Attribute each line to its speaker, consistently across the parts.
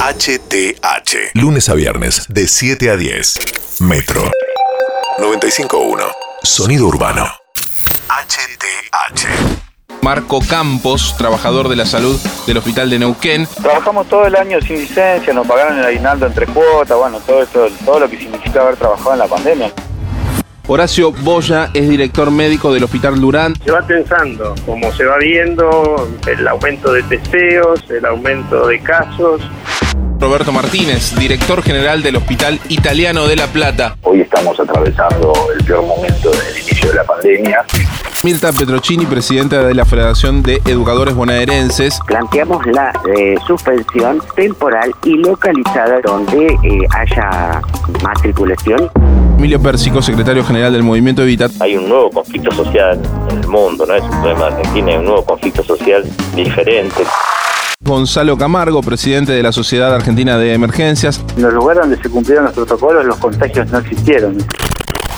Speaker 1: HTH. Lunes a viernes, de 7 a 10. Metro. 95.1. Sonido urbano. HTH.
Speaker 2: Marco Campos, trabajador de la salud del Hospital de Neuquén.
Speaker 3: Trabajamos todo el año sin licencia, nos pagaron el aguinaldo entre cuotas, bueno, todo, esto, todo lo que significa haber trabajado en la pandemia.
Speaker 2: Horacio Boya es director médico del Hospital Durán.
Speaker 4: Se va tensando, como se va viendo, el aumento de testeos, el aumento de casos.
Speaker 2: Roberto Martínez, director general del Hospital Italiano de La Plata.
Speaker 5: Hoy estamos atravesando el peor momento del inicio de la pandemia.
Speaker 2: Mirta Petrocini, presidenta de la Federación de Educadores Bonaerenses.
Speaker 6: Planteamos la eh, suspensión temporal y localizada donde eh, haya más circulación.
Speaker 2: Emilio Pérsico, secretario general del Movimiento Evita.
Speaker 7: Hay un nuevo conflicto social en el mundo, no es un problema de Argentina, hay un nuevo conflicto social diferente.
Speaker 2: Gonzalo Camargo, presidente de la Sociedad Argentina de Emergencias.
Speaker 3: En los lugares donde se cumplieron los protocolos, los contagios no existieron.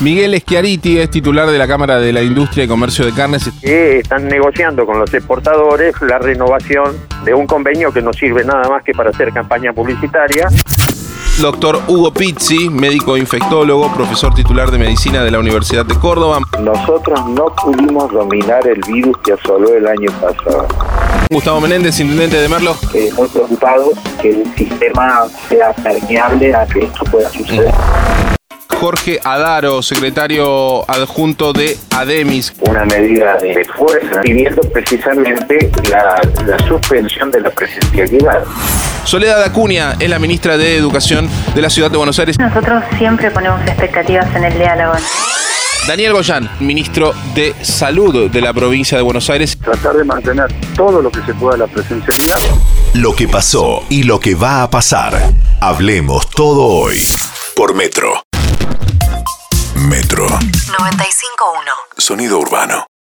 Speaker 2: Miguel Eschiariti es titular de la Cámara de la Industria y Comercio de Carnes.
Speaker 8: Que están negociando con los exportadores la renovación de un convenio que no sirve nada más que para hacer campaña publicitaria.
Speaker 2: Doctor Hugo Pizzi, médico infectólogo, profesor titular de medicina de la Universidad de Córdoba.
Speaker 9: Nosotros no pudimos dominar el virus que asoló el año pasado.
Speaker 2: Gustavo Menéndez, intendente de Merlo.
Speaker 10: Eh, muy preocupados que el sistema sea permeable a que esto pueda suceder.
Speaker 2: Jorge Adaro, secretario adjunto de ADEMIS.
Speaker 11: Una medida de fuerza pidiendo precisamente la, la suspensión de la presencialidad.
Speaker 2: Soledad Acuña es la ministra de Educación de la Ciudad de Buenos Aires.
Speaker 12: Nosotros siempre ponemos expectativas en el diálogo.
Speaker 2: Daniel Goyán, ministro de Salud de la provincia de Buenos Aires.
Speaker 13: Tratar de mantener todo lo que se pueda la presencialidad.
Speaker 1: Lo que pasó y lo que va a pasar. Hablemos todo hoy por Metro. Metro 95.1. Sonido urbano.